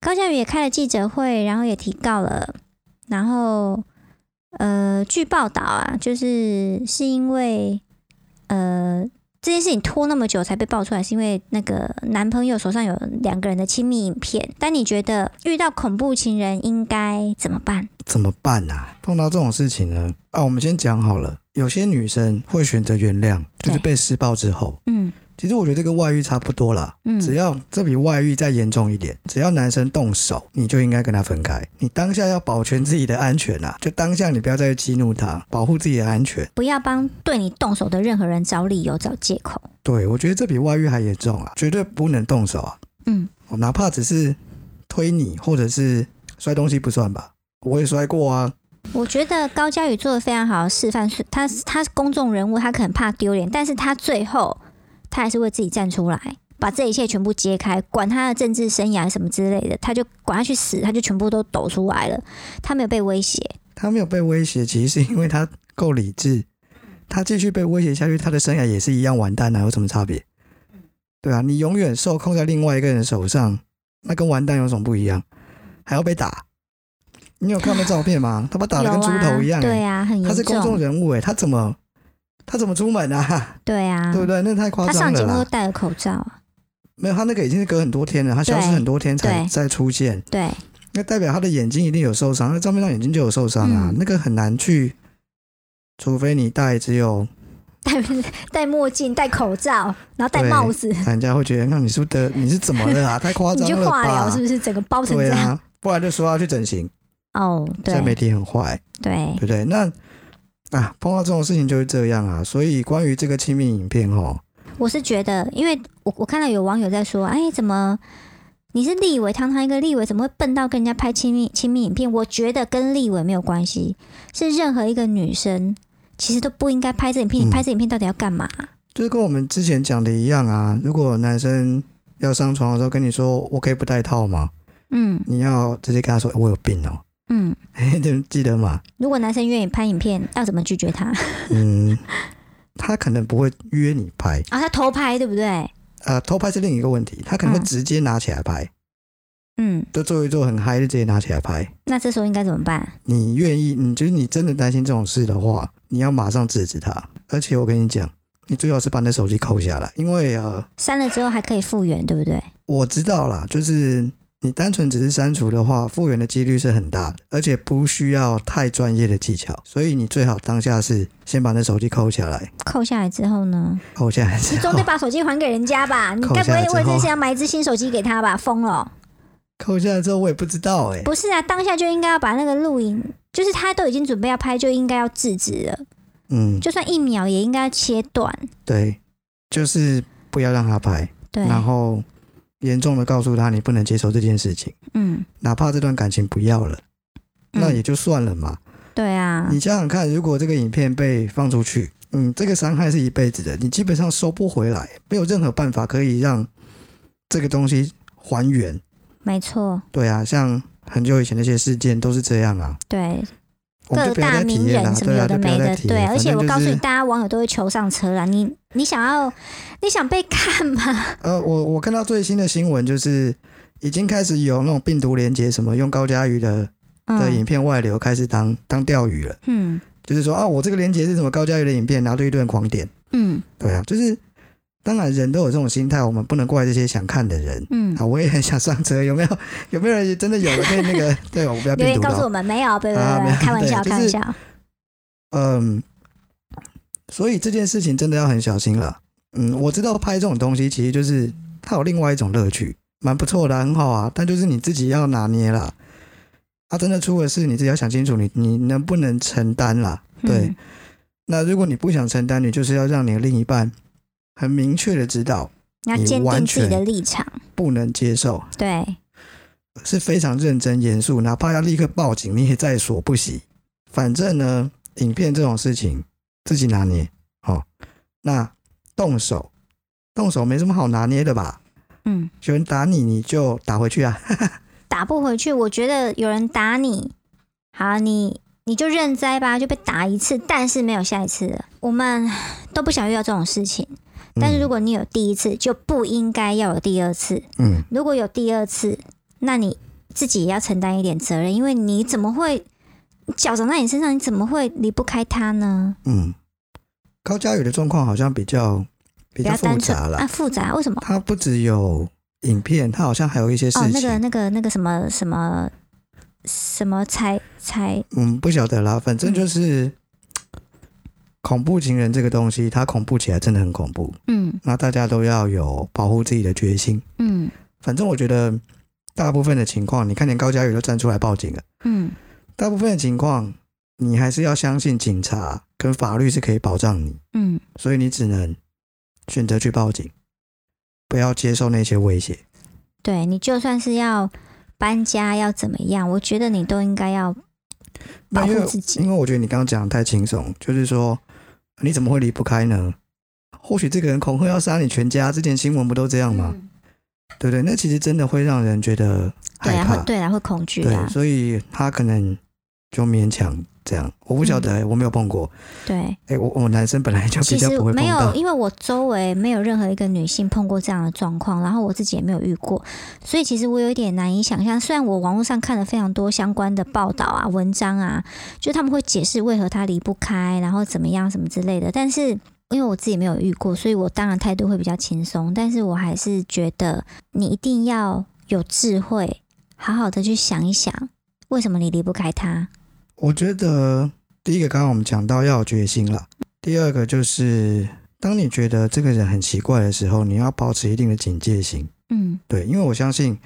[SPEAKER 2] 高佳宇也开了记者会，然后也提告了。然后，呃，据报道啊，就是是因为，呃，这件事情拖那么久才被爆出来，是因为那个男朋友手上有两个人的亲密影片。但你觉得遇到恐怖情人应该怎么办？
[SPEAKER 1] 怎么办啊？碰到这种事情呢？啊，我们先讲好了。有些女生会选择原谅，就是
[SPEAKER 2] 对
[SPEAKER 1] 被施暴之后。
[SPEAKER 2] 嗯
[SPEAKER 1] 其实我觉得这跟外遇差不多啦。
[SPEAKER 2] 嗯，
[SPEAKER 1] 只要这比外遇再严重一点，只要男生动手，你就应该跟他分开。你当下要保全自己的安全啊，就当下你不要再去激怒他，保护自己的安全。
[SPEAKER 2] 不要帮对你动手的任何人找理由、找借口。
[SPEAKER 1] 对我觉得这比外遇还严重啊，绝对不能动手啊！
[SPEAKER 2] 嗯，
[SPEAKER 1] 我哪怕只是推你或者是摔东西不算吧，我也摔过啊。
[SPEAKER 2] 我觉得高嘉宇做的非常好的示范，是他他是公众人物，他可能怕丢脸，但是他最后他还是为自己站出来，把这一切全部揭开，管他的政治生涯什么之类的，他就管他去死，他就全部都抖出来了，他没有被威胁，
[SPEAKER 1] 他没有被威胁，其实是因为他够理智。他继续被威胁下去，他的生涯也是一样完蛋啊，有什么差别？对啊，你永远受控在另外一个人手上，那跟完蛋有什么不一样？还要被打？你有看到照片 吗？他把打的跟猪头一样、欸
[SPEAKER 2] 有啊，对啊，很严
[SPEAKER 1] 他是
[SPEAKER 2] 重，
[SPEAKER 1] 公众人物哎、他怎么他怎么出门啊？
[SPEAKER 2] 对啊，
[SPEAKER 1] 对不对？那太夸
[SPEAKER 2] 他
[SPEAKER 1] 张
[SPEAKER 2] 上节
[SPEAKER 1] 了
[SPEAKER 2] 目都
[SPEAKER 1] 啦！
[SPEAKER 2] 戴了口罩，
[SPEAKER 1] 没有，他那个已经是隔很多天了，他消失
[SPEAKER 2] 对
[SPEAKER 1] 很多天才
[SPEAKER 2] 对
[SPEAKER 1] 再出现，
[SPEAKER 2] 对，
[SPEAKER 1] 那代表他的眼睛一定有受伤，那照片上眼睛就有受伤啊，
[SPEAKER 2] 嗯
[SPEAKER 1] 那个很难去，除非你戴只有
[SPEAKER 2] 戴戴墨镜、戴口罩，然后戴
[SPEAKER 1] 对
[SPEAKER 2] 帽子，
[SPEAKER 1] 人家会觉得，那你是不是得你是怎么 了啊？太夸
[SPEAKER 2] 你
[SPEAKER 1] 张
[SPEAKER 2] 去
[SPEAKER 1] 了
[SPEAKER 2] 化疗
[SPEAKER 1] 吧
[SPEAKER 2] 是？不是整个包成这
[SPEAKER 1] 对
[SPEAKER 2] 样？
[SPEAKER 1] 啊，不然就说要去整形，
[SPEAKER 2] 哦，
[SPEAKER 1] 现
[SPEAKER 2] 对
[SPEAKER 1] 在媒体很坏，
[SPEAKER 2] 对
[SPEAKER 1] 对，不对？那啊，碰到这种事情就是这样啊，所以关于这个亲密影片哦，
[SPEAKER 2] 我是觉得，因为我我看到有网友在说，哎，怎么你是立委，堂堂一个立委，怎么会笨到跟人家拍亲密亲密影片？我觉得跟立委没有关系，是任何一个女生其实都不应该拍这影
[SPEAKER 1] 嗯
[SPEAKER 2] 片。你拍这影片到底要干嘛？
[SPEAKER 1] 就是跟我们之前讲的一样啊，如果男生要上床的时候跟你说我可以不戴套吗？
[SPEAKER 2] 嗯
[SPEAKER 1] 你要直接跟他说、欸我有病哦、
[SPEAKER 2] 嗯，
[SPEAKER 1] 嘿，就记得嘛，
[SPEAKER 2] 如果男生愿意拍影片，要怎么拒绝他？
[SPEAKER 1] 嗯，他可能不会约你拍，
[SPEAKER 2] 啊，他偷拍对不对？
[SPEAKER 1] 啊，偷拍是另一个问题，他可能会
[SPEAKER 2] 嗯
[SPEAKER 1] 直接拿起来拍，
[SPEAKER 2] 嗯，
[SPEAKER 1] 就做一做很嗨就直接拿起来拍。
[SPEAKER 2] 那这时候应该怎么办？
[SPEAKER 1] 你愿意，你就是你真的担心这种事的话，你要马上制止他。而且我跟你讲，你最好是把你的手机扣下来，因为呃，
[SPEAKER 2] 删了之后还可以复原，对不对？
[SPEAKER 1] 我知道啦，就是你单纯只是删除的话，复原的几率是很大的，而且不需要太专业的技巧，所以你最好当下是先把你的手机扣下来，
[SPEAKER 2] 扣下来之 后呢？
[SPEAKER 1] 扣下来之
[SPEAKER 2] 你总
[SPEAKER 1] 后
[SPEAKER 2] 得，把手机还给人家吧？你
[SPEAKER 1] 扣
[SPEAKER 2] 该不
[SPEAKER 1] 下来
[SPEAKER 2] 会
[SPEAKER 1] 之
[SPEAKER 2] 为这
[SPEAKER 1] 后
[SPEAKER 2] 些要买一只新手机给他吧？疯了哦、
[SPEAKER 1] 扣下来之后我也不知道哎、
[SPEAKER 2] 不是啊，当下就应该要把那个录影，就是他都已经准备要拍，就应该要制止了。
[SPEAKER 1] 嗯，
[SPEAKER 2] 就算一秒也应该要切断。
[SPEAKER 1] 对，就是不要让他拍，
[SPEAKER 2] 对，
[SPEAKER 1] 然后严重的告诉他你不能接受这件事情，
[SPEAKER 2] 嗯，
[SPEAKER 1] 哪怕这段感情不要了，那
[SPEAKER 2] 嗯
[SPEAKER 1] 也就算了嘛。
[SPEAKER 2] 对啊，
[SPEAKER 1] 你想想看，如果这个影片被放出去，嗯，这个伤害是一辈子的，你基本上收不回来，没有任何办法可以让这个东西还原。
[SPEAKER 2] 没错，
[SPEAKER 1] 对啊，像很久以前那些事件都是这样啊，
[SPEAKER 2] 对，
[SPEAKER 1] 我们就
[SPEAKER 2] 各
[SPEAKER 1] 不要
[SPEAKER 2] 大
[SPEAKER 1] 再
[SPEAKER 2] 名
[SPEAKER 1] 提了
[SPEAKER 2] 人
[SPEAKER 1] 啦，
[SPEAKER 2] 什么
[SPEAKER 1] 对
[SPEAKER 2] 有
[SPEAKER 1] 啊，就
[SPEAKER 2] 的
[SPEAKER 1] 不要
[SPEAKER 2] 没
[SPEAKER 1] 再
[SPEAKER 2] 的，
[SPEAKER 1] 提了。
[SPEAKER 2] 对，而且我
[SPEAKER 1] 反正
[SPEAKER 2] 告诉
[SPEAKER 1] 就
[SPEAKER 2] 你，
[SPEAKER 1] 是
[SPEAKER 2] 大家网友都会求上车啦。你你想要，你想被 看吗？
[SPEAKER 1] 呃，我我看到最新的新闻就是，已经开始有那种病毒连接什么用高佳鱼的的
[SPEAKER 2] 嗯
[SPEAKER 1] 影片外流，开始当当钓鱼了。
[SPEAKER 2] 嗯
[SPEAKER 1] 就是说啊，我这个连接是什么高佳鱼的影片，然后就一顿狂点。
[SPEAKER 2] 嗯
[SPEAKER 1] 对啊，就是当然人都有这种心态，我们不能怪这些想看的人。
[SPEAKER 2] 嗯
[SPEAKER 1] 啊，，我也很想上车，有没 有？有没有人真的有的可以那个？对，我不要
[SPEAKER 2] 留
[SPEAKER 1] 病
[SPEAKER 2] 言
[SPEAKER 1] 毒
[SPEAKER 2] 告诉我
[SPEAKER 1] 了。
[SPEAKER 2] 们没有，别别
[SPEAKER 1] 啊没
[SPEAKER 2] 别，
[SPEAKER 1] 有
[SPEAKER 2] 开玩笑，
[SPEAKER 1] 对就是
[SPEAKER 2] 开玩笑。
[SPEAKER 1] 嗯，所以这件事情真的要很小心了。嗯，我知道拍这种东西其实就是它有另外一种乐趣，蛮不错的啊、很好啊。但就是你自己要拿捏啦。啊，真的出了事，你自己要想清楚你，你能不能承担啦？对，
[SPEAKER 2] 嗯
[SPEAKER 1] 那如果你不想承担，你就是要让你的另一半很明确的知道
[SPEAKER 2] 你要
[SPEAKER 1] 你
[SPEAKER 2] 坚
[SPEAKER 1] 完
[SPEAKER 2] 定自己
[SPEAKER 1] 全
[SPEAKER 2] 的立场，
[SPEAKER 1] 不能接受，
[SPEAKER 2] 对
[SPEAKER 1] 是非常认真严肃，哪怕要立刻报警，你也在所不惜。反正呢，影片这种事情自己拿捏好、哦。那动手，动手没什么好拿捏的吧？
[SPEAKER 2] 嗯，
[SPEAKER 1] 有人打你，你就打回去啊。
[SPEAKER 2] 打不回去，我觉得有人打你，好，你你就认栽吧，就被打一次，但是没有下一次了。我们都不想遇到这种事情，
[SPEAKER 1] 嗯
[SPEAKER 2] 但是如果你有第一次，就不应该要有第二次。
[SPEAKER 1] 嗯，
[SPEAKER 2] 如果有第二次，那你自己也要承担一点责任，因为你怎么会脚长在你身上，你怎么会离不开他呢？
[SPEAKER 1] 嗯嗯，高佳宇的状况好像比较比
[SPEAKER 2] 比
[SPEAKER 1] 较
[SPEAKER 2] 较
[SPEAKER 1] 复
[SPEAKER 2] 单纯
[SPEAKER 1] 杂啦
[SPEAKER 2] 啊，。复杂为什么？
[SPEAKER 1] 他不只有影片，他好像还有一些事
[SPEAKER 2] 哦，那
[SPEAKER 1] 情，
[SPEAKER 2] 个那个那个什么什么什么才才
[SPEAKER 1] 嗯，不晓得啦。反正就是、恐怖情人这个东西，它恐怖起来真的很恐怖。
[SPEAKER 2] 嗯
[SPEAKER 1] 那大家都要有保护自己的决心。
[SPEAKER 2] 嗯
[SPEAKER 1] 反正我觉得大部分的情况，你看连高佳宇都站出来报警了。
[SPEAKER 2] 嗯
[SPEAKER 1] 大部分的情况，你还是要相信警察跟法律是可以保障你，
[SPEAKER 2] 嗯，
[SPEAKER 1] 所以你只能选择去报警，不要接受那些威胁。
[SPEAKER 2] 对你就算是要搬家要怎么样，我觉得你都应该要保
[SPEAKER 1] 那因
[SPEAKER 2] 护
[SPEAKER 1] 为
[SPEAKER 2] 自己。
[SPEAKER 1] 因为我觉得你刚刚讲的太轻松，就是说你怎么会离不开呢？或许这个人恐吓要杀你全家，之前新闻不都这样吗？
[SPEAKER 2] 嗯
[SPEAKER 1] 对不对？那其实真的会让人觉得
[SPEAKER 2] 对
[SPEAKER 1] 害
[SPEAKER 2] 啊，
[SPEAKER 1] 怕。
[SPEAKER 2] 会对啊，会恐惧
[SPEAKER 1] 对，
[SPEAKER 2] 啊。
[SPEAKER 1] 所以他可能就勉强这样。我不晓得、我没有碰过。
[SPEAKER 2] 对，
[SPEAKER 1] 哎、我我男生本来就比
[SPEAKER 2] 嗯其
[SPEAKER 1] 较
[SPEAKER 2] 实
[SPEAKER 1] 不会碰
[SPEAKER 2] 没有，
[SPEAKER 1] 到，
[SPEAKER 2] 因为我周围没有任何一个女性碰过这样的状况，然后我自己也没有遇过，所以其实我有一点难以想象。虽然我网络上看了非常多相关的报道啊、文章啊，就他们会解释为何他离不开，然后怎么样什么之类的，但是。因为我自己没有遇过，所以我当然态度会比较轻松，但是我还是觉得你一定要有智慧，好好的去想一想，为什么你离不开他？
[SPEAKER 1] 我觉得第一个，刚刚我们讲到要有决心了；第二个就是，当你觉得这个人很奇怪的时候，你要保持一定的警戒心。
[SPEAKER 2] 嗯
[SPEAKER 1] 对，因为我相信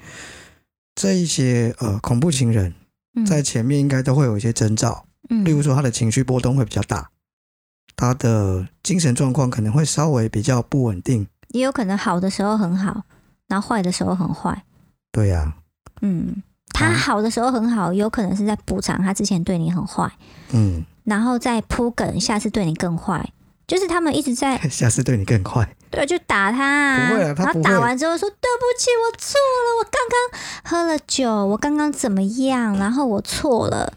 [SPEAKER 1] 这一些呃恐怖情人
[SPEAKER 2] 嗯，
[SPEAKER 1] 在前面应该都会有一些征兆，
[SPEAKER 2] 嗯
[SPEAKER 1] 例如说他的情绪波动会比较大，他的精神状况可能会稍微比较不稳定。
[SPEAKER 2] 也有可能好的时候很好，然后坏的时候很坏。
[SPEAKER 1] 对啊呀、
[SPEAKER 2] 嗯，他好的时候很好，有可能是在补偿他之前对你很坏，
[SPEAKER 1] 嗯，
[SPEAKER 2] 然后再铺梗，下次对你更坏。就是他们一直在
[SPEAKER 1] 下次对你更坏。
[SPEAKER 2] 对，就打他、啊，
[SPEAKER 1] 不会啊他
[SPEAKER 2] 然后
[SPEAKER 1] 不
[SPEAKER 2] 打
[SPEAKER 1] 会
[SPEAKER 2] 完之后说对不起，我错了，我刚刚喝了酒，我刚刚怎么样，然后我错了。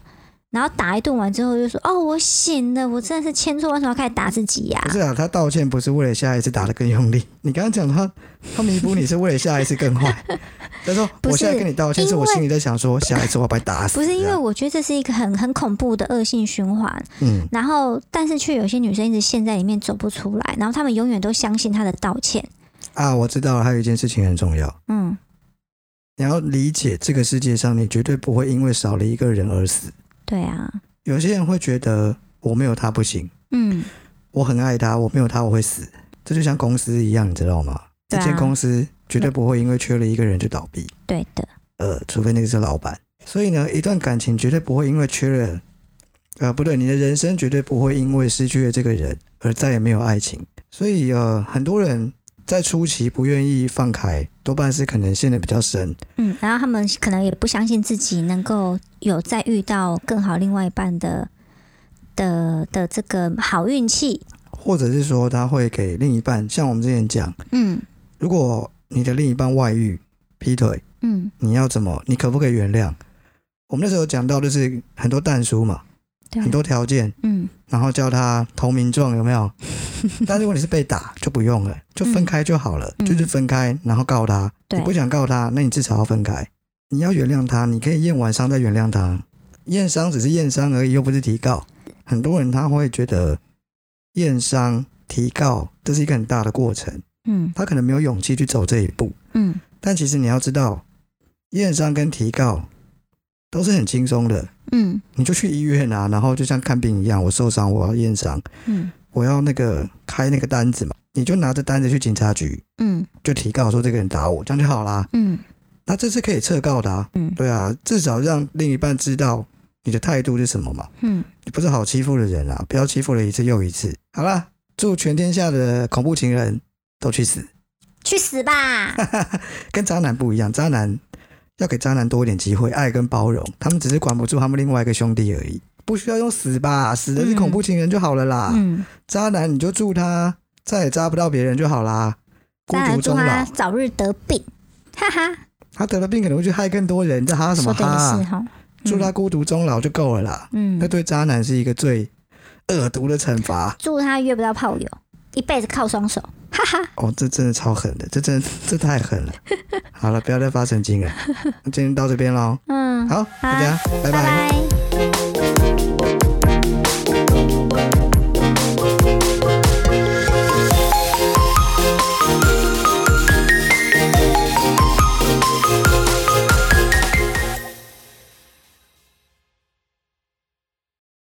[SPEAKER 2] 然后打一顿完之后就说：“哦，我醒了，我真的是千错万错，要开始打自己呀、
[SPEAKER 1] 不是啊，他道歉不是为了下一次打得更用力。你刚刚讲他，他弥补你是为了下一次更坏。 他说
[SPEAKER 2] 不
[SPEAKER 1] 我
[SPEAKER 2] 是
[SPEAKER 1] 现在跟你道歉，是我心里在想说，下一次我要把你打死。啊
[SPEAKER 2] 不是因
[SPEAKER 1] 这
[SPEAKER 2] 为
[SPEAKER 1] 样
[SPEAKER 2] 我觉得这是一个很很恐怖的恶性循环，
[SPEAKER 1] 嗯，
[SPEAKER 2] 然后，但是却有些女生一直陷在里面走不出来，然后她们永远都相信她的道歉。
[SPEAKER 1] 啊，我知道了。还有一件事情很重要，
[SPEAKER 2] 嗯，
[SPEAKER 1] 你要理解这个世界上，你绝对不会因为少了一个人而死。
[SPEAKER 2] 对啊，
[SPEAKER 1] 有些人会觉得我没有他不行，
[SPEAKER 2] 嗯，
[SPEAKER 1] 我很爱他，我没有他我会死。这就像公司一样，你知道吗？
[SPEAKER 2] 对啊
[SPEAKER 1] 一间公司绝对不会因为缺了一个人就倒闭。
[SPEAKER 2] 对的，
[SPEAKER 1] 呃，除非那个是老板。所以呢，一段感情绝对不会因为缺了，呃，不对，你的人生绝对不会因为失去了这个人而再也没有爱情。所以呃，很多人在初期不愿意放开，多半是可能陷得比较深。
[SPEAKER 2] 嗯，然后她们可能也不相信自己能够有再遇到更好另外一半的的的这个好运气。
[SPEAKER 1] 或者是说他会给另一半，像我们之前讲，
[SPEAKER 2] 嗯
[SPEAKER 1] 如果你的另一半外遇、劈腿，
[SPEAKER 2] 嗯，
[SPEAKER 1] 你要怎么？你可不可以原谅？我们那时候有讲到，就是很多淡书嘛，
[SPEAKER 2] 对啊
[SPEAKER 1] 很，多条件，
[SPEAKER 2] 嗯
[SPEAKER 1] 然后叫他投名状，有没 有？但如果你是被打，就不用了，就分开就好了，
[SPEAKER 2] 嗯
[SPEAKER 1] 就是分开，然后告他。
[SPEAKER 2] 对
[SPEAKER 1] 你不想告他，那你至少要分开。你要原谅他，你可以验完伤再原谅他。验伤只是验伤而已，又不是提告。很多人他会觉得验伤、提告这是一个很大的过程，
[SPEAKER 2] 嗯
[SPEAKER 1] 他可能没有勇气去走这一步。
[SPEAKER 2] 嗯
[SPEAKER 1] 但其实你要知道，验伤跟提告都是很轻松的，
[SPEAKER 2] 嗯
[SPEAKER 1] 你就去医院啊，然后就像看病一样，我受伤，我要验伤，
[SPEAKER 2] 嗯
[SPEAKER 1] 我要那个开那个单子嘛，你就拿着单子去警察局，
[SPEAKER 2] 嗯
[SPEAKER 1] 就提告说这个人打我，这样就好啦。
[SPEAKER 2] 嗯
[SPEAKER 1] 那这是可以撤告的啊，
[SPEAKER 2] 嗯
[SPEAKER 1] 对啊，至少让另一半知道你的态度是什么嘛，
[SPEAKER 2] 嗯，
[SPEAKER 1] 你不是好欺负的人啊，不要欺负了一次又一次。好啦，祝全天下的恐怖情人都去死，
[SPEAKER 2] 去死吧！
[SPEAKER 1] 跟渣男不一样，渣男要给渣男多一点机会，爱跟包容，他们只是管不住他们另外一个兄弟而已，不需要用死吧，死的是恐怖情人就好了啦。
[SPEAKER 2] 嗯，
[SPEAKER 1] 渣男你就祝他再也扎不到别人就好啦，孤
[SPEAKER 2] 当
[SPEAKER 1] 独
[SPEAKER 2] 然祝
[SPEAKER 1] 终
[SPEAKER 2] 他
[SPEAKER 1] 老。
[SPEAKER 2] 早日得病，哈哈，
[SPEAKER 1] 他得了病可能会去害更多人，这哈什么
[SPEAKER 2] 说的
[SPEAKER 1] 哈、
[SPEAKER 2] 也是哈。
[SPEAKER 1] 祝他孤独终老就够了啦。
[SPEAKER 2] 嗯，
[SPEAKER 1] 那对渣男是一个最恶毒的惩 罚
[SPEAKER 2] 祝他约不到炮友，一辈子靠双手，哈哈。
[SPEAKER 1] 哦，这真的超狠的，这真的这太狠了。 好了，不要再发神经了，那今天到这边喽。
[SPEAKER 2] 嗯，
[SPEAKER 1] 好，大家拜
[SPEAKER 2] 拜
[SPEAKER 1] 拜
[SPEAKER 2] 拜